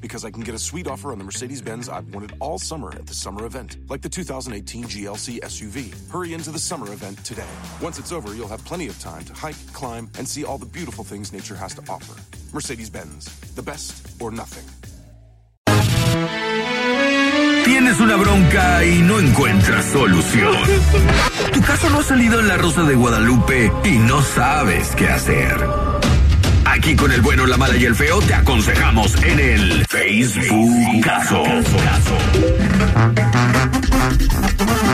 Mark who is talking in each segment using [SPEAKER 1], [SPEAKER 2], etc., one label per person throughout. [SPEAKER 1] Because I can get a sweet offer on the Mercedes Benz I've wanted all summer at the summer event, like the 2018 GLC SUV. Hurry into the summer event today. Once it's over, you'll have plenty of time to hike, climb, and see all the beautiful things nature has to offer. Mercedes Benz, the best or nothing.
[SPEAKER 2] Tienes una bronca y no encuentras solución. Tu caso no ha salido en la Rosa de Guadalupe y no sabes qué hacer. Aquí con el bueno, la mala y el feo te aconsejamos en el Facebook Caso.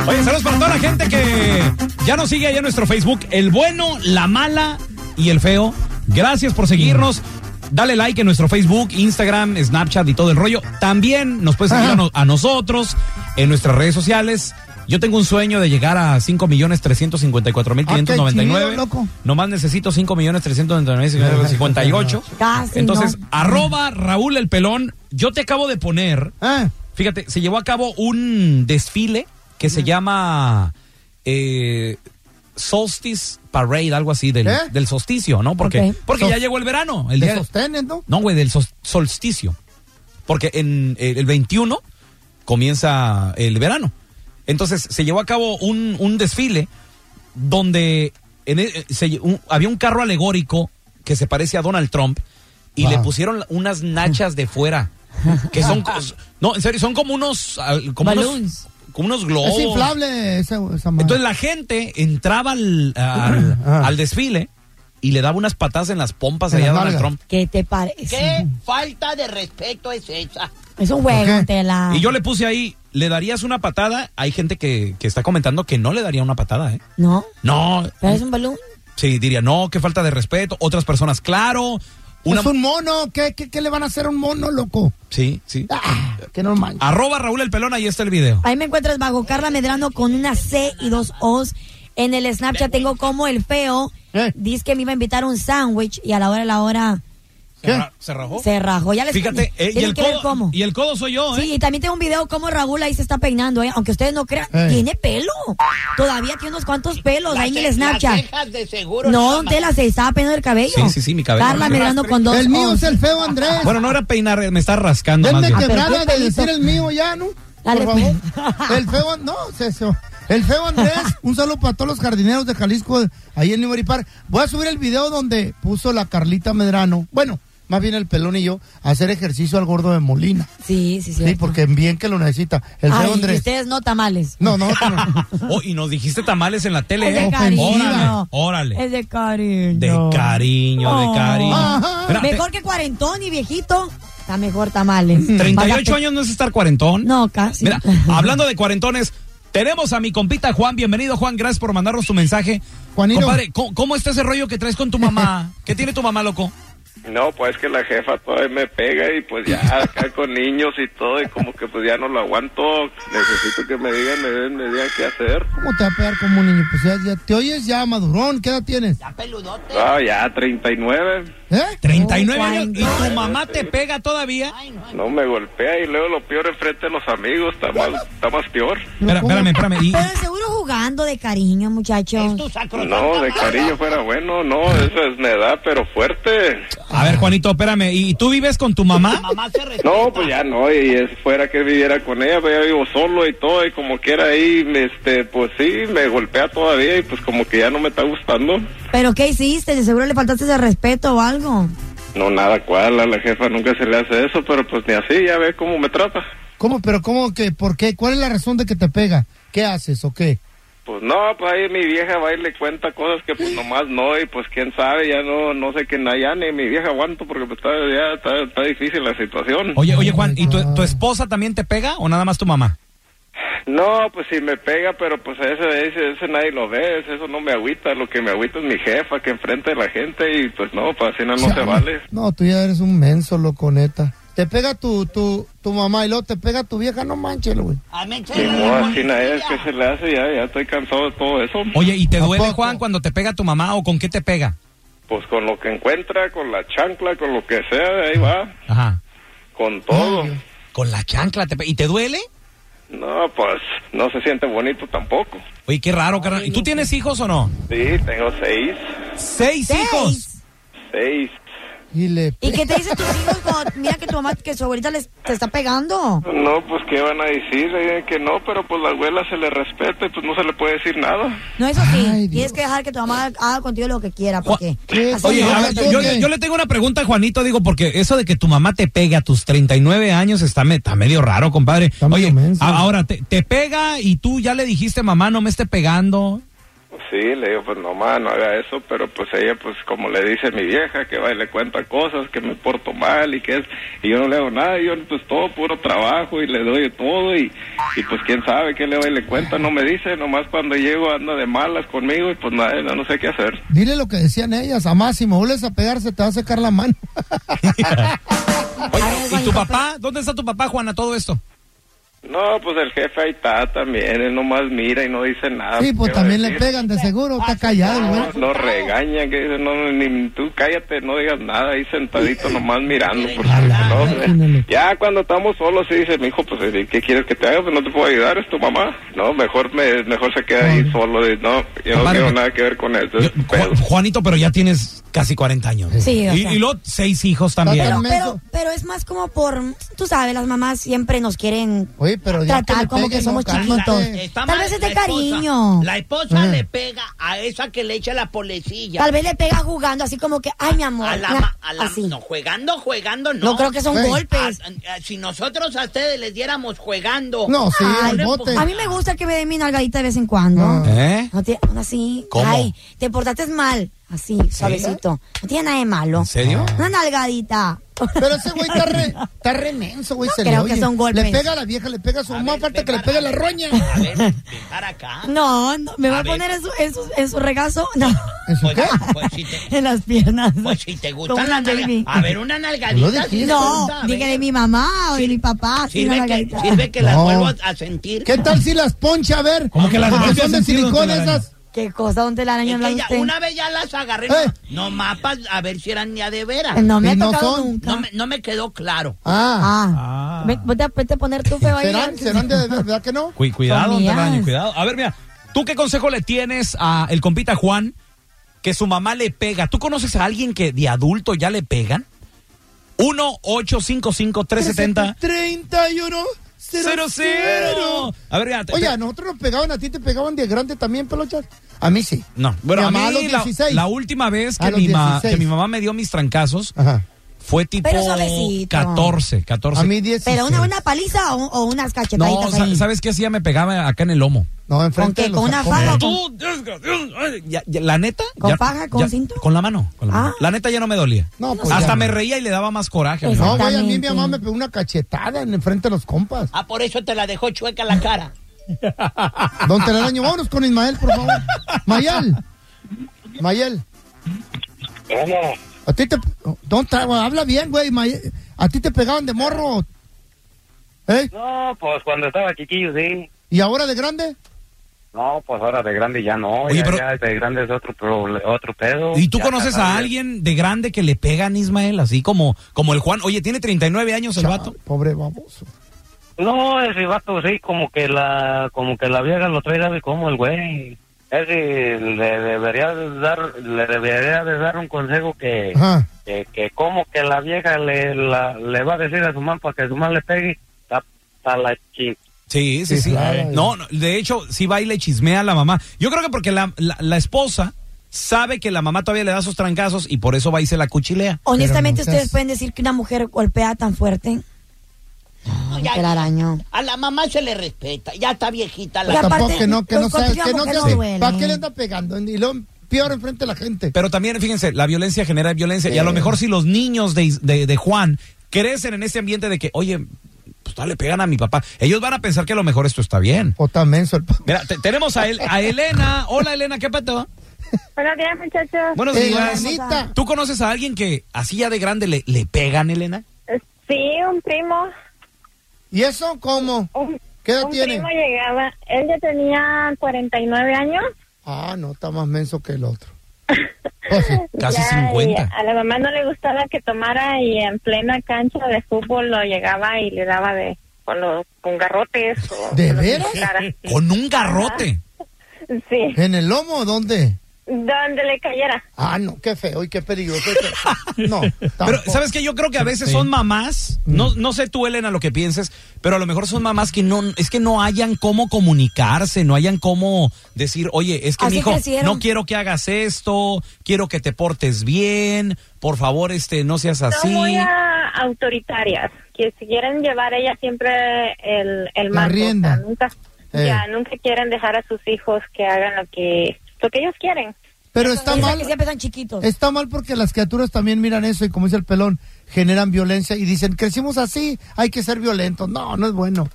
[SPEAKER 3] Oye, saludos para toda la gente que ya nos sigue allá en nuestro Facebook, El Bueno, La Mala y El Feo. Gracias por seguirnos. Dale like en nuestro Facebook, Instagram, Snapchat y todo el rollo. También nos puedes seguir a, no- a nosotros en nuestras redes sociales. Yo tengo un sueño de llegar a 5 millones 354 mil
[SPEAKER 4] Ah, qué chido, loco.
[SPEAKER 3] Nomás necesito 5 millones 399 58.
[SPEAKER 4] Casi,
[SPEAKER 3] Entonces,
[SPEAKER 4] no.
[SPEAKER 3] arroba Raúl El Pelón. Yo te acabo de poner...
[SPEAKER 4] Ah,
[SPEAKER 3] Fíjate, se llevó a cabo un desfile que se llama eh, Solstice Parade, algo así, del,
[SPEAKER 4] ¿Eh?
[SPEAKER 3] del solsticio, ¿no? Porque,
[SPEAKER 5] Ok.
[SPEAKER 3] porque
[SPEAKER 4] Sol-
[SPEAKER 3] ya llegó el verano. El
[SPEAKER 4] ¿Te
[SPEAKER 3] día,
[SPEAKER 4] sostenes, no?
[SPEAKER 3] no, güey, del sol- solsticio. Porque en eh, el 21 comienza el verano. Entonces se llevó a cabo un, un desfile donde en e- eh, se lle- un- había un carro alegórico que se parece a Donald Trump y
[SPEAKER 4] Wow.
[SPEAKER 3] le pusieron unas nachas de fuera. Que son. cos- no, en serio, son como unos. al- Como unos,
[SPEAKER 5] Balloons.
[SPEAKER 3] como unos globos.
[SPEAKER 4] Es inflable esa, esa madre.
[SPEAKER 3] Entonces la gente entraba al, al-
[SPEAKER 4] Ah.
[SPEAKER 3] al desfile y le daba unas patadas en las pompas
[SPEAKER 4] En
[SPEAKER 3] allá a
[SPEAKER 4] las
[SPEAKER 3] Donald
[SPEAKER 4] nalgas.
[SPEAKER 3] Trump.
[SPEAKER 5] ¿Qué te parece?
[SPEAKER 6] ¿Qué falta de respeto es esa?
[SPEAKER 5] Es un
[SPEAKER 4] ¿Por qué?
[SPEAKER 5] juego, tela.
[SPEAKER 3] Y yo le puse ahí, ¿le darías una patada? Hay gente que, que está comentando que no le daría una patada, ¿eh?
[SPEAKER 5] No,
[SPEAKER 3] No,
[SPEAKER 5] pero es un balón.
[SPEAKER 3] sí, diría, no, qué falta de respeto. Otras personas, claro. Una,
[SPEAKER 4] Es un mono. ¿Qué, qué, qué le van a hacer a un mono, loco?
[SPEAKER 3] Sí, sí.
[SPEAKER 4] Ah, que no manches.
[SPEAKER 3] Arroba Raúl El Pelón, ahí está el video.
[SPEAKER 5] Ahí me encuentras bajo Carla Medrano con una C y dos O's. En el Snapchat tengo como el feo.
[SPEAKER 4] ¿Eh?
[SPEAKER 5] Dice que me iba a invitar un sándwich y a la hora de la hora
[SPEAKER 3] ¿Se,
[SPEAKER 4] ¿Qué?
[SPEAKER 3] ra- se rajó?
[SPEAKER 5] se rajó. Ya les
[SPEAKER 3] Fíjate, eh, y,
[SPEAKER 5] tienen
[SPEAKER 3] el
[SPEAKER 5] que ver
[SPEAKER 3] codo,
[SPEAKER 5] cómo.
[SPEAKER 3] y el codo soy
[SPEAKER 4] Oh,
[SPEAKER 3] yo, ¿eh?
[SPEAKER 5] Sí, y también tengo un video como Raúl ahí se está peinando, ¿eh? aunque ustedes no crean,
[SPEAKER 4] Eh.
[SPEAKER 5] tiene pelo. Todavía tiene unos cuantos pelos ahí en el Snapchat.
[SPEAKER 6] Las cejas de seguro.
[SPEAKER 5] No,
[SPEAKER 6] nada más.
[SPEAKER 5] Tela se estaba peinando el cabello.
[SPEAKER 3] Sí, sí, sí, mi cabello.
[SPEAKER 5] Carla Medrano con dos
[SPEAKER 4] El mío
[SPEAKER 5] O's.
[SPEAKER 4] es el feo Andrés.
[SPEAKER 3] Bueno, no era peinar, eh, me está rascando más
[SPEAKER 4] Denme
[SPEAKER 3] bien.
[SPEAKER 4] quebrada
[SPEAKER 5] pero qué
[SPEAKER 4] de decir
[SPEAKER 5] pelito.
[SPEAKER 4] el mío ya, ¿no?
[SPEAKER 5] Dale,
[SPEAKER 4] Por favor. El feo, no, se- se- El feo Andrés, un saludo para todos los jardineros de Jalisco, ahí en Newbury Park. Voy a subir el video donde puso la Carlita Medrano, bueno, más bien el pelón y yo, a hacer ejercicio al gordo de Molina.
[SPEAKER 5] Sí, sí, sí.
[SPEAKER 4] Sí, porque bien que lo necesita. El
[SPEAKER 5] Ay,
[SPEAKER 4] feo
[SPEAKER 5] y
[SPEAKER 4] Andrés.
[SPEAKER 5] ustedes no tamales.
[SPEAKER 4] No, no, no.
[SPEAKER 3] Oh, y nos dijiste tamales en la tele,
[SPEAKER 5] Es de
[SPEAKER 3] ¿eh?
[SPEAKER 5] cariño.
[SPEAKER 3] Órale, órale.
[SPEAKER 5] Es de cariño.
[SPEAKER 3] De cariño,
[SPEAKER 5] Oh.
[SPEAKER 3] de cariño.
[SPEAKER 4] Ajá.
[SPEAKER 3] Mira, te-
[SPEAKER 5] Mejor que cuarentón y viejito. Está mejor tamales.
[SPEAKER 3] 38
[SPEAKER 5] Págate.
[SPEAKER 3] años no es estar cuarentón.
[SPEAKER 5] No, casi.
[SPEAKER 3] Mira, hablando de cuarentones, tenemos a mi compita Juan. Bienvenido, Juan. Gracias por mandarnos tu mensaje.
[SPEAKER 4] Juanito.
[SPEAKER 3] Compadre, ¿cómo, cómo está ese rollo que traes con tu mamá? ¿Qué tiene tu mamá, loco?
[SPEAKER 7] No, pues que la jefa todavía me pega y pues ya acá con niños y todo y como que pues ya no lo aguanto. Necesito que me digan, me den, me digan qué hacer.
[SPEAKER 4] ¿Cómo te va a pegar como un niño? Pues ya, ya te oyes ya madurón, ¿qué edad tienes?
[SPEAKER 6] Está peludote.
[SPEAKER 7] Ah, ya 39.
[SPEAKER 4] ¿Eh?
[SPEAKER 3] 39 años. ¿Y
[SPEAKER 5] cuarentón.
[SPEAKER 3] tu mamá te pega todavía?
[SPEAKER 6] Ay, no.
[SPEAKER 7] No me golpea y luego lo peor enfrente de los amigos, está más, está más peor.
[SPEAKER 3] Espera, espérame, espérame. Y-
[SPEAKER 5] Pero seguro rogando de cariño, muchachos.
[SPEAKER 6] Es tu sacrosanto
[SPEAKER 7] No, de
[SPEAKER 6] amor.
[SPEAKER 7] cariño fuera bueno, no, esa es edad, pero fuerte.
[SPEAKER 3] A ver, Juanito, espérame. ¿Y tú vives con tu mamá?
[SPEAKER 6] Mamá se respeta.
[SPEAKER 7] No, pues ya no, y es fuera que viviera con ella, pero ya vivo solo y todo, y como quiera ahí, me, este, pues sí, me golpea todavía y pues como que ya no me está gustando.
[SPEAKER 5] ¿Pero qué hiciste? De seguro le faltaste de respeto o algo.
[SPEAKER 7] No, nada cual, a la jefa nunca se le hace eso, pero pues ni así, ya ve cómo me trata.
[SPEAKER 4] ¿Cómo? ¿Pero cómo? que ¿Por qué? ¿Cuál es la razón de que te pega? ¿Qué haces o qué?
[SPEAKER 7] Pues no, pues ahí mi vieja va y le cuenta cosas que pues nomás no, y pues quién sabe, ya no, no sé qué, ya ni mi vieja aguanto porque pues está, ya está, está difícil la situación.
[SPEAKER 3] Oye, oye, Juan, ¿y tu, tu esposa también te pega o nada más tu mamá?
[SPEAKER 7] No, pues sí me pega, pero pues ese, ese, ese nadie lo ve, ese- eso no me agüita, lo que me agüita es mi jefa que enfrente de la gente y pues no, pues así no, no se vale.
[SPEAKER 4] No, tú ya eres un menso, loco, neta. Te pega tu, tu, tu mamá y luego te pega tu vieja, no manches, güey.
[SPEAKER 6] A mí se
[SPEAKER 7] Ni
[SPEAKER 6] le
[SPEAKER 7] modo, así
[SPEAKER 6] revoltea.
[SPEAKER 7] nadie es que se le hace, ya, ya estoy cansado de todo eso.
[SPEAKER 3] Oye, ¿y te
[SPEAKER 4] ¿A
[SPEAKER 3] duele,
[SPEAKER 4] poco?
[SPEAKER 3] Juan, cuando te pega tu mamá o con qué te pega?
[SPEAKER 7] Pues con lo que encuentra, con la chancla, con lo que sea, de ahí va,
[SPEAKER 3] Ajá.
[SPEAKER 7] con todo.
[SPEAKER 3] Con la chancla. Te pe- ¿Y te duele?
[SPEAKER 7] No, pues no se siente bonito tampoco.
[SPEAKER 3] Oye, qué raro, carnal. ¿Y tú tienes hijos o no?
[SPEAKER 7] Sí, tengo seis,
[SPEAKER 3] Seis,
[SPEAKER 5] Seis.
[SPEAKER 3] hijos.
[SPEAKER 7] seis.
[SPEAKER 4] Y le...
[SPEAKER 5] ¿Y qué te dicen tus hijos cuando mira que tu mamá, que su abuelita les, te está pegando?
[SPEAKER 7] No, pues qué van a decir, Le dicen que no, pero pues la abuela se le respeta y pues no se le puede decir nada.
[SPEAKER 5] No, eso sí.
[SPEAKER 4] Ay, Dios.
[SPEAKER 5] tienes que dejar que tu mamá haga contigo lo que quiera, porque...
[SPEAKER 4] ¿Qué?
[SPEAKER 5] así
[SPEAKER 3] Oye,
[SPEAKER 5] no
[SPEAKER 3] a
[SPEAKER 5] te
[SPEAKER 3] ver,
[SPEAKER 5] toque.
[SPEAKER 3] yo, yo le tengo una pregunta a Juanito, digo, porque eso de que tu mamá te pegue a tus 39 años está, me- está medio raro, compadre.
[SPEAKER 4] Está medio
[SPEAKER 3] Oye,
[SPEAKER 4] menso.
[SPEAKER 3] a- ahora te, te pega y tú ya le dijiste, mamá, no me esté pegando.
[SPEAKER 7] Sí, le digo, pues no, ma, no haga eso, pero pues ella, pues como le dice mi vieja, que va y le cuenta cosas, que me porto mal y que es, y yo no le hago nada, yo pues todo puro trabajo y le doy todo y, y pues quién sabe qué le va y le cuenta, no me dice, nomás cuando llego anda de malas conmigo y pues nada, no, no sé qué hacer.
[SPEAKER 4] Dile lo que decían ellas, a más, si me vuelves a pegar se te va a secar la mano.
[SPEAKER 3] Oye,
[SPEAKER 5] Ay,
[SPEAKER 3] ¿y tu
[SPEAKER 5] Juanito,
[SPEAKER 3] papá? ¿Dónde está tu papá, Juana, todo esto?
[SPEAKER 7] No, pues el jefe ahí está también, él nomás mira y no dice nada.
[SPEAKER 4] sí, pues
[SPEAKER 7] Ah, ¿qué va a
[SPEAKER 4] también le
[SPEAKER 7] decir?
[SPEAKER 4] pegan, de seguro,
[SPEAKER 3] Ah,
[SPEAKER 4] está callado, güey.
[SPEAKER 7] No, no regaña, que dice, no, ni tú cállate, no digas nada, ahí sentadito nomás mirando. porque, no, hombre. ya cuando estamos solos, sí dice, mi hijo, pues, ¿qué quieres que te haga? Pues no te puedo ayudar, es tu mamá. No, mejor me, mejor se queda ahí solo. y no, yo no
[SPEAKER 3] Compadre,
[SPEAKER 7] tengo
[SPEAKER 3] pues,
[SPEAKER 7] nada que ver con
[SPEAKER 3] Yo-
[SPEAKER 7] eso. es
[SPEAKER 3] Ju-
[SPEAKER 7] pedo.
[SPEAKER 3] Juanito, pero ya tienes casi 40 años.
[SPEAKER 5] Sí, o
[SPEAKER 3] y,
[SPEAKER 5] sea.
[SPEAKER 3] y luego seis hijos también.
[SPEAKER 5] Pero, pero,
[SPEAKER 4] menso.
[SPEAKER 5] pero es más como por, tú sabes, las mamás siempre nos quieren
[SPEAKER 4] Oye, pero ya
[SPEAKER 5] tratar
[SPEAKER 4] le
[SPEAKER 5] como
[SPEAKER 4] peguen,
[SPEAKER 5] que somos
[SPEAKER 4] no, cálmate.
[SPEAKER 5] chiquitos.
[SPEAKER 6] Está
[SPEAKER 5] Tal
[SPEAKER 6] mal
[SPEAKER 5] vez es de
[SPEAKER 6] la esposa.
[SPEAKER 5] cariño.
[SPEAKER 6] La esposa
[SPEAKER 4] Ah.
[SPEAKER 6] le pega a esa que le echa la polecilla.
[SPEAKER 5] Tal vez le pega jugando así como que, ay, mi amor.
[SPEAKER 6] A la,
[SPEAKER 5] na-
[SPEAKER 6] ma- a la-
[SPEAKER 5] así.
[SPEAKER 6] no, jugando, jugando, no.
[SPEAKER 5] No creo que son
[SPEAKER 4] Güey.
[SPEAKER 5] golpes.
[SPEAKER 6] A- a- si nosotros a ustedes les diéramos jugando.
[SPEAKER 4] No, sí,
[SPEAKER 5] Ay,
[SPEAKER 4] al bote. Ah.
[SPEAKER 5] A mí me gusta que me den mi nalgadita de vez en cuando.
[SPEAKER 3] ¿Eh?
[SPEAKER 5] No tiene, así.
[SPEAKER 3] ¿Cómo?
[SPEAKER 5] Ay, te portaste mal. Así, suavecito. No tiene nada de malo.
[SPEAKER 3] ¿En serio?
[SPEAKER 5] Una nalgadita.
[SPEAKER 4] Pero ese güey está re, está re menso, güey,
[SPEAKER 5] No
[SPEAKER 4] se
[SPEAKER 5] creo
[SPEAKER 4] le
[SPEAKER 5] que
[SPEAKER 4] oye.
[SPEAKER 5] son golpes.
[SPEAKER 4] Le pega a la vieja, le pega a su
[SPEAKER 6] A
[SPEAKER 4] mamá,
[SPEAKER 6] ver,
[SPEAKER 4] falta
[SPEAKER 6] ven
[SPEAKER 4] que le
[SPEAKER 6] para-
[SPEAKER 4] pegue la roña.
[SPEAKER 6] A ver, ven para acá.
[SPEAKER 5] No, no, me va
[SPEAKER 6] A
[SPEAKER 5] a,
[SPEAKER 6] ver.
[SPEAKER 5] poner en su, en su- en su regazo. No.
[SPEAKER 4] ¿En su
[SPEAKER 6] Pues,
[SPEAKER 4] qué?
[SPEAKER 6] pues, si te,
[SPEAKER 5] en las piernas.
[SPEAKER 6] pues, si te
[SPEAKER 5] Como
[SPEAKER 6] gustan
[SPEAKER 5] una
[SPEAKER 6] las nalga-
[SPEAKER 5] baby.
[SPEAKER 6] A ver, una
[SPEAKER 4] Lo
[SPEAKER 6] nalgadita.
[SPEAKER 4] dijiste.
[SPEAKER 6] sí,
[SPEAKER 5] No,
[SPEAKER 6] a ver.
[SPEAKER 5] dije de mi mamá o de mi papá. sí, una
[SPEAKER 6] Sirve que,
[SPEAKER 5] nalgadita.
[SPEAKER 6] sirve que las
[SPEAKER 4] No.
[SPEAKER 6] vuelvo a sentir.
[SPEAKER 4] ¿Qué tal si las ponche a ver?
[SPEAKER 3] ¿Cómo que las
[SPEAKER 4] Porque
[SPEAKER 3] golpea
[SPEAKER 4] son de
[SPEAKER 3] sentido,
[SPEAKER 4] silicón
[SPEAKER 3] don
[SPEAKER 4] esas.
[SPEAKER 5] ¿Qué cosa? ¿Dónde la araña
[SPEAKER 6] Es que
[SPEAKER 5] hablaba
[SPEAKER 6] ya-
[SPEAKER 5] usted?
[SPEAKER 6] una vez ya las agarré.
[SPEAKER 4] Eh.
[SPEAKER 6] No, mapas, a ver si eran ya de veras.
[SPEAKER 5] Eh, No me
[SPEAKER 4] Y
[SPEAKER 5] ha
[SPEAKER 4] no
[SPEAKER 5] tocado
[SPEAKER 4] son.
[SPEAKER 5] nunca.
[SPEAKER 6] No me, no me quedó claro.
[SPEAKER 4] Ah,
[SPEAKER 5] Ah. Ve- Vete, a- vete a poner tu feo ahí.
[SPEAKER 4] ¿serán, serán de verdad que no?
[SPEAKER 3] Cu- cuidado,
[SPEAKER 5] Son mías.
[SPEAKER 3] Terraño, cuidado. A ver, mira, ¿tú qué consejo le tienes a el compita Juan que su mamá le pega? ¿Tú conoces a alguien que de adulto ya le pegan? 1-855-370.
[SPEAKER 4] 31 00.
[SPEAKER 3] A ver, mira, te-
[SPEAKER 4] Oye,
[SPEAKER 3] te-
[SPEAKER 4] a nosotros nos pegaban, a ti te pegaban de grande también, pelochas. A mí sí.
[SPEAKER 3] no, bueno,
[SPEAKER 4] Mi
[SPEAKER 3] a
[SPEAKER 4] mamá
[SPEAKER 3] mí la, la última vez
[SPEAKER 4] A
[SPEAKER 3] que
[SPEAKER 4] los
[SPEAKER 3] mi, ma-
[SPEAKER 4] 16.
[SPEAKER 3] que mi mamá me dio mis trancazos
[SPEAKER 4] Ajá.
[SPEAKER 3] fue tipo
[SPEAKER 5] Pero suavecito.
[SPEAKER 3] 14, 14.
[SPEAKER 4] A mí 10.
[SPEAKER 5] Pero una, una paliza o, o unas cachetaditas
[SPEAKER 3] no, sa-
[SPEAKER 5] ahí.
[SPEAKER 3] ¿sabes qué hacía? Me pegaba acá en el lomo.
[SPEAKER 4] No, enfrente
[SPEAKER 5] qué?
[SPEAKER 4] de los
[SPEAKER 5] ¿Con una
[SPEAKER 4] tacones.
[SPEAKER 5] faja o con-
[SPEAKER 3] Tú, desgraciado, ay, ya- ya, la neta.
[SPEAKER 5] ¿Con
[SPEAKER 3] ya-
[SPEAKER 5] faja, con
[SPEAKER 3] ya-
[SPEAKER 5] cinto?
[SPEAKER 3] Con la mano. con la, mano.
[SPEAKER 5] Ah.
[SPEAKER 3] La neta ya no me dolía.
[SPEAKER 4] No, pues
[SPEAKER 3] Hasta
[SPEAKER 4] ya.
[SPEAKER 3] me reía y le daba más coraje. a mi
[SPEAKER 4] No,
[SPEAKER 3] mamá.
[SPEAKER 4] güey, a mí mi
[SPEAKER 5] Exactamente.
[SPEAKER 4] mamá me pegó una cachetada en frente de los compas.
[SPEAKER 6] Ah, por eso te la dejó chueca la cara.
[SPEAKER 4] Don Telaraño, vámonos con Ismael, por favor. Mayal. Mayel. A ti te. Don Tra- habla bien, güey. Mayel. A ti te pegaban de morro. ¿Eh?
[SPEAKER 8] No, pues cuando estaba chiquillo, sí.
[SPEAKER 4] ¿Y ahora de grande?
[SPEAKER 8] No, pues ahora de grande ya no.
[SPEAKER 3] Oye,
[SPEAKER 8] ya,
[SPEAKER 3] pero-
[SPEAKER 8] ya de grande es otro, proble- otro pedo.
[SPEAKER 3] ¿Y tú
[SPEAKER 8] Ya
[SPEAKER 3] conoces
[SPEAKER 8] casado,
[SPEAKER 3] a
[SPEAKER 8] ya-
[SPEAKER 3] alguien de grande que le pegan Ismael? Así como, como el Juan. Oye, tiene 39 años el vato.
[SPEAKER 4] Chale, Pobre baboso.
[SPEAKER 8] No, ese vato sí, como que la, como que la vieja lo trae de como el güey. Ese le debería de dar, le debería de dar un consejo que,
[SPEAKER 4] Ajá.
[SPEAKER 8] que, que como que la vieja le, la- le va a decir a su mamá para que su mamá le pegue, está está la chi.
[SPEAKER 3] Sí, sí,
[SPEAKER 4] Sí,
[SPEAKER 3] sí.
[SPEAKER 4] claro.
[SPEAKER 3] No, no, de hecho, sí va y le chismea a la mamá. Yo creo que porque la, la- la esposa sabe que la mamá todavía le da sus trancazos y por eso va y se la cuchilea.
[SPEAKER 5] Honestamente,
[SPEAKER 4] Pero no
[SPEAKER 5] ¿ustedes
[SPEAKER 4] seas-
[SPEAKER 5] pueden decir que una mujer golpea tan fuerte? Ay,
[SPEAKER 6] ya-
[SPEAKER 5] qué araño.
[SPEAKER 6] A la mamá se le respeta, ya está viejita
[SPEAKER 4] Pues
[SPEAKER 5] Y
[SPEAKER 6] la...
[SPEAKER 5] aparte,
[SPEAKER 4] tampoco que no, que
[SPEAKER 5] los
[SPEAKER 4] no sabe,
[SPEAKER 5] golpes
[SPEAKER 6] pues,
[SPEAKER 5] de una
[SPEAKER 4] que no,
[SPEAKER 5] mujer no
[SPEAKER 4] que
[SPEAKER 5] duelen.
[SPEAKER 4] ¿Para qué le anda pegando? Y lo peor enfrente de la gente.
[SPEAKER 3] Pero también, fíjense, la violencia genera violencia. Y a lo mejor si los niños de, Is- de- de Juan crecen en ese ambiente de que, oye, pues dale, pegan a mi papá. Ellos van a pensar que a lo mejor esto está bien.
[SPEAKER 4] O tan menso el papá.
[SPEAKER 3] Mira, te- tenemos a, El- a Elena. Hola, Elena, ¿qué pato?
[SPEAKER 9] Buenos días, muchachos.
[SPEAKER 3] Buenos
[SPEAKER 4] Eh,
[SPEAKER 3] días.
[SPEAKER 4] Elenita.
[SPEAKER 3] ¿Tú conoces a alguien que así ya de grande le, le pegan, Elena?
[SPEAKER 9] Eh, Sí, un primo.
[SPEAKER 4] ¿Y eso cómo?
[SPEAKER 9] Un,
[SPEAKER 4] ¿Qué edad
[SPEAKER 9] un
[SPEAKER 4] tiene?
[SPEAKER 9] primo llegaba. Él ya tenía 49 años.
[SPEAKER 4] Ah, no, está más menso que el otro. Pues sí.
[SPEAKER 3] Casi
[SPEAKER 9] Ya,
[SPEAKER 3] 50.
[SPEAKER 9] y A la mamá no le gustaba que tomara y en plena cancha de fútbol lo llegaba y le daba de con los con garrotes. O
[SPEAKER 4] ¿De
[SPEAKER 9] con lo que
[SPEAKER 4] veras?
[SPEAKER 9] quitara.
[SPEAKER 3] Con un garrote.
[SPEAKER 9] Sí,
[SPEAKER 4] ¿En el lomo o dónde?
[SPEAKER 9] donde le cayera.
[SPEAKER 4] Ah, no, qué feo y qué peligroso. No,
[SPEAKER 3] Pero,
[SPEAKER 4] tampoco.
[SPEAKER 3] ¿sabes qué? Yo creo que a veces son mamás, no, no sé tú, Elena, lo que pienses, pero a lo mejor son mamás que no, es que no hayan cómo comunicarse, no hayan cómo decir, oye, es que
[SPEAKER 5] Así
[SPEAKER 3] mi hijo,
[SPEAKER 5] crecieron.
[SPEAKER 3] no quiero que hagas esto, quiero que te portes bien, por favor, este, no seas
[SPEAKER 9] Son
[SPEAKER 3] así.
[SPEAKER 9] muy ah, autoritarias, que si quieren llevar ella siempre el, el
[SPEAKER 4] La
[SPEAKER 9] mando, o sea,
[SPEAKER 4] rienda.
[SPEAKER 9] nunca,
[SPEAKER 4] Eh.
[SPEAKER 9] ya, nunca quieren dejar a sus hijos que hagan lo que, lo que ellos quieren.
[SPEAKER 4] Pero está
[SPEAKER 5] Piensan
[SPEAKER 4] mal.
[SPEAKER 5] que siempre son chiquitos.
[SPEAKER 4] Está mal porque las criaturas también miran eso y como dice el pelón, generan violencia y dicen, crecimos así, hay que ser violentos. No, no es bueno.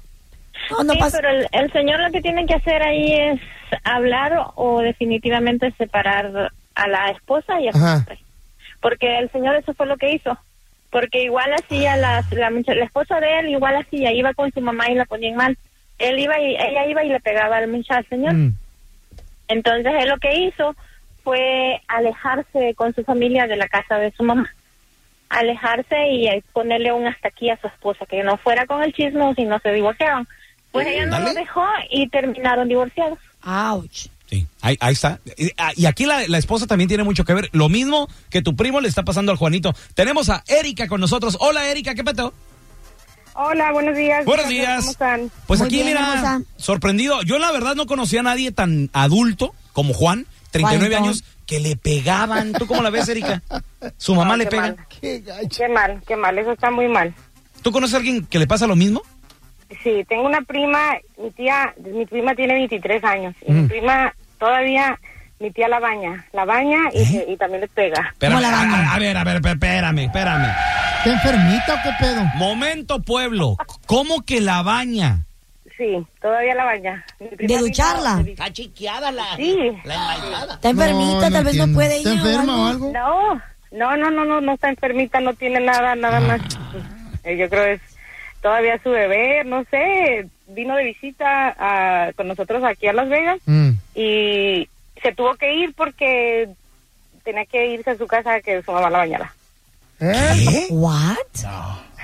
[SPEAKER 5] No, no
[SPEAKER 9] sí,
[SPEAKER 5] pasa.
[SPEAKER 9] pero el, el señor lo que tiene que hacer ahí es hablar o, o definitivamente separar a la esposa y a su
[SPEAKER 4] Ajá.
[SPEAKER 9] hombre. Porque el señor eso fue lo que hizo. Porque igual hacía las- la, mucha- la esposa de él, igual hacía, iba con su mamá y la ponían mal. Él iba y ella iba y le pegaba al muchacho al señor.
[SPEAKER 4] Mm.
[SPEAKER 9] Entonces él lo que hizo fue alejarse con su familia de la casa de su mamá. Alejarse y eh, ponerle un hasta aquí a su esposa, que no fuera con el chisme si no se divorciaron. Pues ella no lo
[SPEAKER 3] Dale.
[SPEAKER 9] dejó y terminaron divorciados.
[SPEAKER 5] Ouch.
[SPEAKER 3] Sí, ahí, ahí está. Y- ah, Y aquí la, la esposa también tiene mucho que ver. Lo mismo que tu primo le está pasando al Juanito. Tenemos a Erika con nosotros. Hola, Erika, ¿qué peteo?
[SPEAKER 9] Hola, Ah, buenos días.
[SPEAKER 3] Buenos días. Pues
[SPEAKER 5] Muy
[SPEAKER 3] aquí,
[SPEAKER 5] bien,
[SPEAKER 3] mira,
[SPEAKER 5] hermosa.
[SPEAKER 3] sorprendido. Yo la verdad no conocía a nadie tan adulto como Juan, 39
[SPEAKER 5] Juanito.
[SPEAKER 3] años, que le pegaban. ¿Tú cómo la ves, Erika? Su mamá
[SPEAKER 9] No,
[SPEAKER 3] le
[SPEAKER 9] qué
[SPEAKER 3] pega.
[SPEAKER 9] mal. Qué mal, qué mal, eso está muy mal.
[SPEAKER 3] ¿Tú conoces a alguien que le pasa lo mismo?
[SPEAKER 9] Sí, tengo una prima, mi tía, mi prima tiene 23 años y
[SPEAKER 3] Mm.
[SPEAKER 9] mi prima todavía, mi tía la baña, la baña
[SPEAKER 3] ¿Eh?
[SPEAKER 9] y, se- y también le pega.
[SPEAKER 3] Espérame,
[SPEAKER 5] la bañan?
[SPEAKER 3] a, a ver, a ver, espérame, espérame.
[SPEAKER 4] ¿Está enfermita o qué pedo?
[SPEAKER 3] Momento, pueblo. ¿Cómo que la baña?
[SPEAKER 9] Sí, todavía la baña. Mi prima
[SPEAKER 5] ¿De
[SPEAKER 9] vino-
[SPEAKER 5] ducharla?
[SPEAKER 6] Está chiqueada la,
[SPEAKER 9] Sí.
[SPEAKER 6] la embalsada.
[SPEAKER 5] Está enfermita,
[SPEAKER 4] No, no
[SPEAKER 5] tal vez no
[SPEAKER 4] entiendo.
[SPEAKER 5] puede ir.
[SPEAKER 4] ¿Está enferma o algo?
[SPEAKER 9] No, no, no, no, no, no está enfermita, no tiene nada,
[SPEAKER 4] Ah.
[SPEAKER 9] nada más. Eh, Yo creo es todavía su bebé, no sé, vino de visita a- con nosotros aquí a Las Vegas
[SPEAKER 4] Mm.
[SPEAKER 9] y se tuvo que ir porque tenía que irse a su casa que su mamá la bañara.
[SPEAKER 4] ¿Eh?
[SPEAKER 3] ¿Qué?
[SPEAKER 5] ¿What?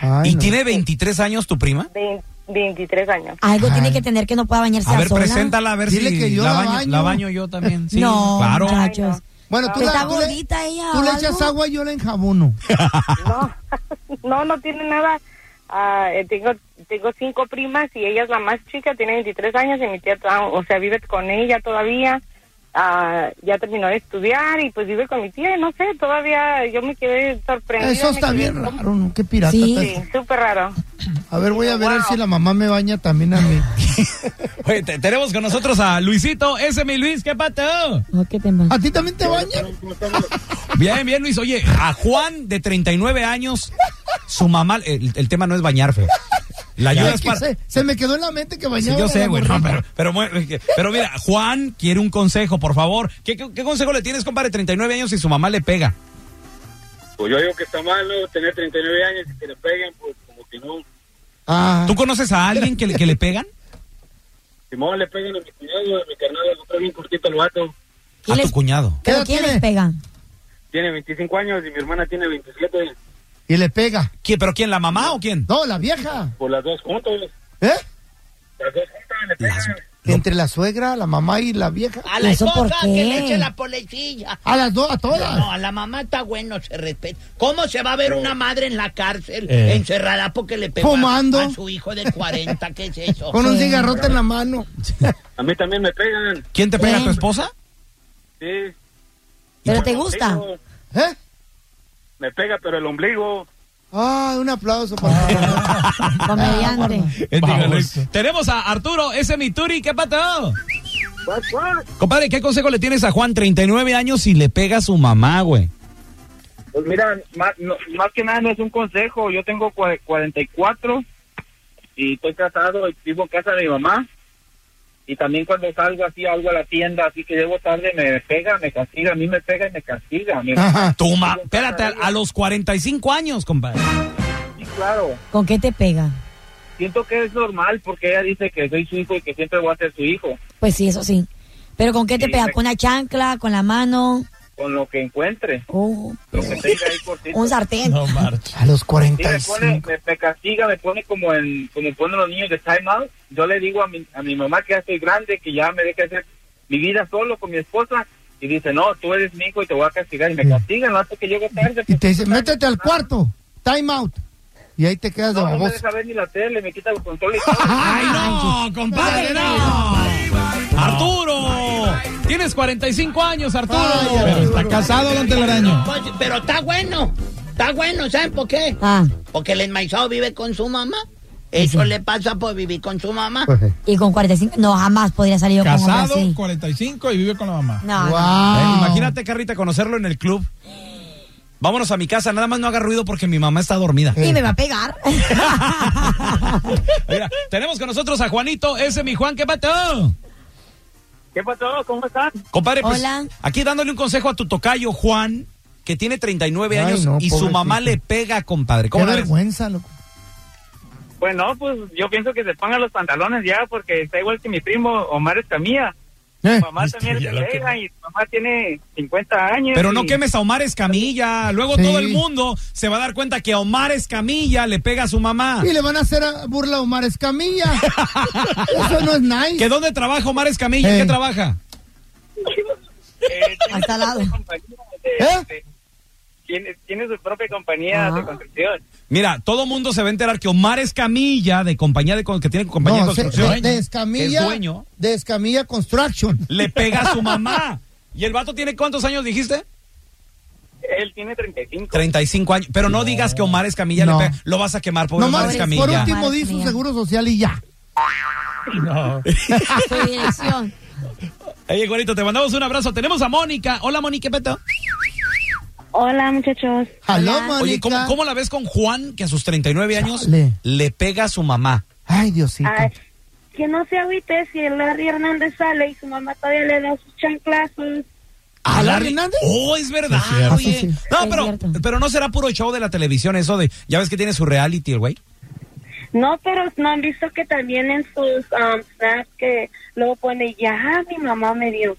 [SPEAKER 4] Ay,
[SPEAKER 3] ¿Y
[SPEAKER 4] no.
[SPEAKER 3] tiene 23 años tu prima?
[SPEAKER 9] Vein- 23 años.
[SPEAKER 5] Algo
[SPEAKER 4] Ay.
[SPEAKER 5] tiene que tener que no pueda bañarse
[SPEAKER 3] A ver,
[SPEAKER 5] sola.
[SPEAKER 3] preséntala, a ver
[SPEAKER 4] Dile
[SPEAKER 3] si
[SPEAKER 4] que yo
[SPEAKER 3] la,
[SPEAKER 4] la
[SPEAKER 3] baño,
[SPEAKER 4] baño.
[SPEAKER 3] la baño yo también. Sí,
[SPEAKER 5] no,
[SPEAKER 3] claro.
[SPEAKER 5] muchachos.
[SPEAKER 4] Bueno, tú,
[SPEAKER 5] Está
[SPEAKER 4] la- tú le-
[SPEAKER 5] gordita ella.
[SPEAKER 4] tú le
[SPEAKER 5] o
[SPEAKER 4] echas
[SPEAKER 5] algo.
[SPEAKER 4] agua y yo la enjabono.
[SPEAKER 9] No, no, no tiene nada. Ah, eh, tengo tengo cinco primas y ella es la más chica, tiene 23 años y mi tía, ta- o sea, vive con ella todavía. Ah, ya terminó de estudiar y pues vive con mi tía, no sé, todavía yo me quedé sorprendida.
[SPEAKER 4] Eso
[SPEAKER 9] me
[SPEAKER 4] está
[SPEAKER 9] quedé
[SPEAKER 4] bien
[SPEAKER 9] como-
[SPEAKER 4] raro, ¿no? Qué pirata.
[SPEAKER 5] Sí.
[SPEAKER 4] está
[SPEAKER 9] Sí,
[SPEAKER 4] eso.
[SPEAKER 9] súper raro.
[SPEAKER 4] A ver, voy a ver
[SPEAKER 9] Wow.
[SPEAKER 4] si la mamá me baña también a mí.
[SPEAKER 3] Oye, te- tenemos con nosotros a Luisito. Ese es mi Luis, ¿qué pateo?
[SPEAKER 5] No, ¿qué te pasa?
[SPEAKER 4] ¿A ti también te bañan?
[SPEAKER 3] Bien, bien, Luis. Oye, a Juan, de 39 años, su mamá, el, el tema no es bañar, feo. La ayuda
[SPEAKER 4] Es
[SPEAKER 3] es
[SPEAKER 4] que
[SPEAKER 3] para...
[SPEAKER 4] se, se me quedó en la mente que
[SPEAKER 3] Sí,
[SPEAKER 4] bañaba.
[SPEAKER 3] yo sé,
[SPEAKER 4] la
[SPEAKER 3] güey, no,
[SPEAKER 4] morrita.
[SPEAKER 3] pero, pero, mu- pero mira, Juan quiere un consejo, por favor. ¿Qué, qué, qué consejo le tienes, compadre, 39 años y su mamá le pega?
[SPEAKER 8] Pues yo digo que está malo tener 39 años y que le peguen, pues como que no.
[SPEAKER 4] Ah,
[SPEAKER 3] ¿Tú conoces a alguien que le, que le pegan?
[SPEAKER 8] Simón le peguen a mi cuñado, a mi carnal, lo trae bien cortito el vato.
[SPEAKER 3] A
[SPEAKER 5] ¿Quién
[SPEAKER 3] tu
[SPEAKER 5] les-
[SPEAKER 3] cuñado.
[SPEAKER 5] ¿Pero
[SPEAKER 4] edad
[SPEAKER 5] quién
[SPEAKER 4] tiene?
[SPEAKER 5] les pega?
[SPEAKER 8] Tiene 25 años y mi hermana tiene 27,
[SPEAKER 4] y le pega.
[SPEAKER 3] ¿Quién, ¿Pero quién, la mamá o quién?
[SPEAKER 4] No, la vieja.
[SPEAKER 8] por Pues las dos juntos.
[SPEAKER 4] ¿Eh? Entre la suegra, la mamá y la vieja.
[SPEAKER 6] A la esposa que le eche la polecilla.
[SPEAKER 4] A las dos, a todas.
[SPEAKER 6] No, a la mamá está bueno, se respeta. ¿Cómo se va a ver una madre en la cárcel
[SPEAKER 4] Eh.
[SPEAKER 6] encerrada porque le pegó a-
[SPEAKER 4] Fumando.
[SPEAKER 6] a su hijo de 40? ¿Qué es eso?
[SPEAKER 4] Con un cigarrote en la mano.
[SPEAKER 10] A mí también me pegan.
[SPEAKER 3] ¿Quién te pega, tu esposa?
[SPEAKER 10] Sí.
[SPEAKER 5] ¿Pero te
[SPEAKER 10] El
[SPEAKER 5] gusta?
[SPEAKER 10] ombligo.
[SPEAKER 4] ¿Eh?
[SPEAKER 10] Me pega, pero el ombligo.
[SPEAKER 4] Ah, un aplauso Ah, para
[SPEAKER 5] Comediante.
[SPEAKER 3] Tenemos a Arturo, ese Mituri, ¿qué pato? Compadre, ¿qué consejo le tienes a Juan, 39 años, si le pega a su mamá, güey?
[SPEAKER 11] Pues mira, más, no- más que nada no es un consejo. Yo tengo cua- 44 y estoy casado y vivo en casa de mi mamá. Y también cuando salgo así, algo a la tienda, así que llego tarde, me pega, me castiga, a mí me pega y me castiga. a mí-
[SPEAKER 3] Tu ma- espérate, a, a los 45 años, compadre.
[SPEAKER 11] Sí, claro.
[SPEAKER 5] ¿Con qué te pega?
[SPEAKER 11] Siento que es normal porque ella dice que soy su hijo y que siempre voy a ser su hijo.
[SPEAKER 5] Pues sí, eso sí. ¿Pero con qué te
[SPEAKER 11] Sí,
[SPEAKER 5] pega?
[SPEAKER 11] me-
[SPEAKER 5] ¿Con una chancla? ¿Con la mano?
[SPEAKER 11] Con lo que encuentre. Lo que tenga ahí cortito.
[SPEAKER 5] Oh. ¿Un sartén?
[SPEAKER 4] A los
[SPEAKER 11] Sí, me, pone,
[SPEAKER 4] 45.
[SPEAKER 11] me, me castiga, me pone como en como ponen los niños de time out. Yo le digo a mi, a mi mamá que ya estoy grande, que ya me deje hacer mi vida solo con mi esposa. Y dice, no, tú eres mi hijo y te voy a castigar. Y me castigan, no hace que llego tarde.
[SPEAKER 4] Y te dice, métete al cuarto. Time out. Y ahí te quedas de
[SPEAKER 11] No, no me
[SPEAKER 4] baboso.
[SPEAKER 11] deja ver ni la tele, me quita los controles. y todo.
[SPEAKER 3] ¡Ay, no, compadre, no! ¡Arturo! Tienes 45 años, Arturo. Pero está casado, don Telaraño.
[SPEAKER 6] Pues, pero está bueno. Está bueno, ¿saben por qué? Porque el enmaizado vive con su mamá. Eso le pasa por vivir con su mamá.
[SPEAKER 5] ¿Y con 45? No, jamás podría salir yo con un hombre
[SPEAKER 3] Casado,
[SPEAKER 5] así.
[SPEAKER 3] 45 y vive con la mamá.
[SPEAKER 5] No, no.
[SPEAKER 3] Eh, imagínate, Carrita, conocerlo en el club. Vámonos a mi casa, nada más no haga ruido porque mi mamá está dormida.
[SPEAKER 5] Y me va a pegar.
[SPEAKER 3] Mira, tenemos con nosotros a Juanito, ese mi Juan, ¿qué pato?
[SPEAKER 11] ¿Qué pasó? ¿Cómo estás?
[SPEAKER 3] Compadre, pues,
[SPEAKER 11] Hola.
[SPEAKER 3] aquí dándole un consejo a tu tocayo, Juan, que tiene 39
[SPEAKER 4] Ay,
[SPEAKER 3] años
[SPEAKER 4] no,
[SPEAKER 3] y su
[SPEAKER 4] pobrecito.
[SPEAKER 3] mamá le pega, compadre.
[SPEAKER 4] Qué
[SPEAKER 3] ¿Cómo la ves?
[SPEAKER 4] vergüenza, loco.
[SPEAKER 11] Bueno, pues yo pienso que se pongan los pantalones ya, porque está igual que mi primo Omar Escamilla.
[SPEAKER 4] Mi
[SPEAKER 11] mamá también
[SPEAKER 3] ya
[SPEAKER 11] es
[SPEAKER 3] lo que-
[SPEAKER 11] pega y mi mamá tiene 50 años.
[SPEAKER 3] Pero no
[SPEAKER 11] y-
[SPEAKER 3] quemes a Omar Escamilla. Luego
[SPEAKER 4] Sí.
[SPEAKER 3] todo el mundo se va a dar cuenta que a Omar Escamilla le pega a su mamá.
[SPEAKER 4] Y le van a hacer a- burla a Omar Escamilla. Eso no es nice.
[SPEAKER 3] ¿Que dónde trabaja Omar Escamilla? ¿En
[SPEAKER 4] Eh.
[SPEAKER 3] qué trabaja?
[SPEAKER 5] Hasta lado.
[SPEAKER 11] Tiene, tiene su propia compañía
[SPEAKER 3] ¿Eh?
[SPEAKER 11] de construcción.
[SPEAKER 3] Mira, todo mundo se va a enterar que Omar Escamilla, de compañía de con- que tiene compañía
[SPEAKER 4] No,
[SPEAKER 3] de
[SPEAKER 4] se-
[SPEAKER 3] construcción,
[SPEAKER 4] de, de
[SPEAKER 3] que
[SPEAKER 4] Escamilla.
[SPEAKER 3] es dueño,
[SPEAKER 4] De Escamilla Construction.
[SPEAKER 3] le pega a su mamá. ¿Y el vato tiene cuántos años dijiste?
[SPEAKER 11] Él tiene 35.
[SPEAKER 3] 35 años. Pero no, digas que Omar Escamilla
[SPEAKER 4] No.
[SPEAKER 3] le pega. Lo vas a quemar, pobre Omar
[SPEAKER 4] Nomás
[SPEAKER 3] Escamilla.
[SPEAKER 4] por último di su seguro social y ya.
[SPEAKER 5] Su dirección.
[SPEAKER 3] Ey, güerito, te mandamos un abrazo. Tenemos a Mónica. Hola, Mónica, ¿qué peto?
[SPEAKER 12] Hola, muchachos.
[SPEAKER 4] Aló,
[SPEAKER 3] Oye,
[SPEAKER 4] Mónica.
[SPEAKER 3] ¿cómo, cómo la ves con Juan, que a sus 39 años
[SPEAKER 4] Chale.
[SPEAKER 3] le pega a su mamá?
[SPEAKER 4] Ay, Diosito.
[SPEAKER 12] Ay, que no se agüite si el Larry Hernández sale y su mamá todavía le da sus chanclazos.
[SPEAKER 3] ¿A Larry Hernández? Oh, es verdad, oye. No, pero, pero no será puro show de la televisión eso de... Ya ves que tiene su reality el güey.
[SPEAKER 12] No, pero no han visto que también en sus um, snaps que luego pone, ya mi mamá me dio.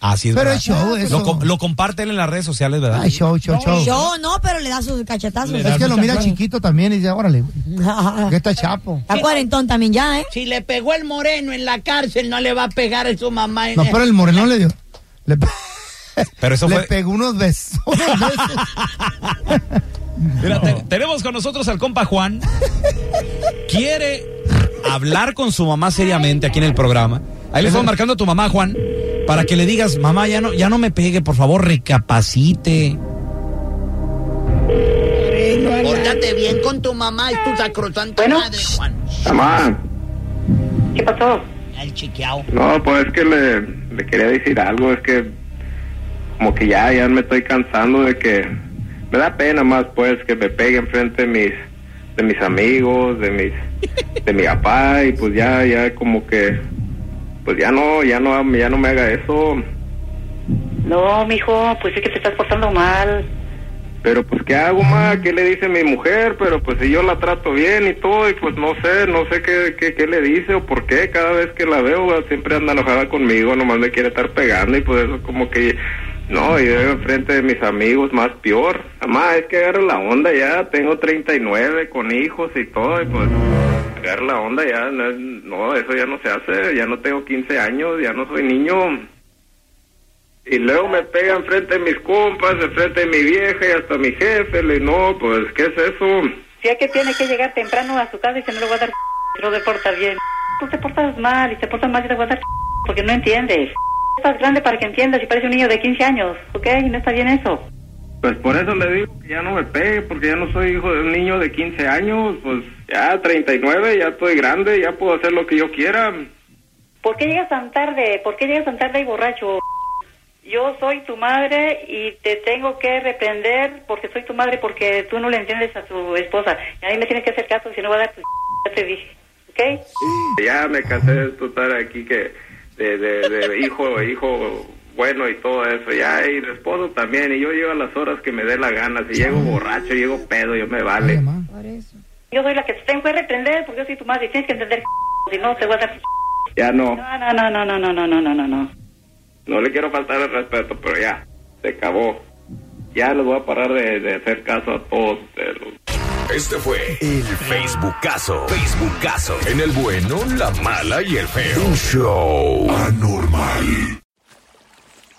[SPEAKER 3] Así es
[SPEAKER 4] Pero
[SPEAKER 3] verdad.
[SPEAKER 4] es show, eso.
[SPEAKER 3] Lo, com- lo comparte él en las redes sociales, ¿verdad?
[SPEAKER 4] Ay, show, show, show.
[SPEAKER 5] Yo no, pero le da sus cachetazos.
[SPEAKER 4] Es que lo mira chiquito también y dice, órale, güey, que está chapo.
[SPEAKER 5] Está cuarentón también ya, ¿eh?
[SPEAKER 6] Si le pegó el moreno en la cárcel, no le va a pegar a su mamá. En
[SPEAKER 4] No, pero el moreno le dio. Le, pe-
[SPEAKER 3] Pero eso
[SPEAKER 4] le
[SPEAKER 3] fue...
[SPEAKER 4] pegó unos besos.
[SPEAKER 3] Mira, te- tenemos con nosotros al compa Juan. Quiere hablar con su mamá seriamente aquí en el programa. Ahí le estamos marcando a tu mamá, Juan, para que le digas, mamá, ya no, ya no me pegue, por favor, recapacite.
[SPEAKER 6] Pórtate bien con tu mamá y tu sacrosanta madre, Juan.
[SPEAKER 7] Mamá,
[SPEAKER 6] ¿Qué pasó? El chiqueado.
[SPEAKER 7] no, pues es que le, le quería decir algo, es que como que ya, ya me estoy cansando de que me da pena más pues que me pegue enfrente de mis, de mis amigos, de mis, de mi papá y pues ya, ya como que, pues ya no, ya no, ya no me haga eso.
[SPEAKER 13] No, mijo, pues es que te estás portando mal.
[SPEAKER 7] Pero pues qué hago más, qué le dice mi mujer, pero pues si yo la trato bien y todo y pues no sé, no sé qué, qué, qué le dice o por qué cada vez que la veo va, siempre anda enojada conmigo, nomás me quiere estar pegando y pues eso como que no, y yo enfrente de mis amigos más peor. Mamá, es que agarro la onda ya, tengo 39 con hijos y todo y pues sacar la onda, ya no, es- no, eso ya no se hace, ya no tengo 15 años, ya no soy niño. Y luego me pegan frente a mis compas, frente a mi vieja y hasta a mi jefe, le digo, no, pues, ¿qué es eso?
[SPEAKER 13] Si es que tiene que llegar temprano a su casa y que no le voy a dar, no te porta bien. Tú te portas mal y te portas mal y te voy a dar porque no entiendes. Estás grande para que entiendas y parece un niño de 15 años, ¿ok? No está bien eso.
[SPEAKER 7] Pues por eso le digo que ya no me pegue, porque ya no soy hijo de un niño de 15 años, pues ya 39, ya estoy grande, ya puedo hacer lo que yo quiera.
[SPEAKER 13] ¿Por qué llegas tan tarde? ¿Por qué llegas tan tarde y borracho? Yo soy tu madre y te tengo que reprender porque soy tu madre porque tú no le entiendes a tu esposa. Y a mí me tienes que hacer caso si no va a dar tu... Ya te dije, ¿ok?
[SPEAKER 7] Ya me cansé de esto, estar aquí que de, de, de hijo, hijo bueno y todo eso, ya, y de esposo también, y yo llego a las horas que me dé la gana, si llego borracho, llego pedo, yo me vale.
[SPEAKER 13] Yo soy la que te tengo que reprender porque yo soy tu madre y tienes que entender si no te voy a dar
[SPEAKER 7] Ya no,
[SPEAKER 13] No, no, no, no, no, no, no, no, no, no.
[SPEAKER 7] no le quiero faltar el respeto, pero ya, se acabó. Ya les voy a parar de, de hacer caso a todos. ustedes.
[SPEAKER 2] Este fue el Facebookazo. Facebookazo. En el bueno, la mala y el feo. Un show anormal.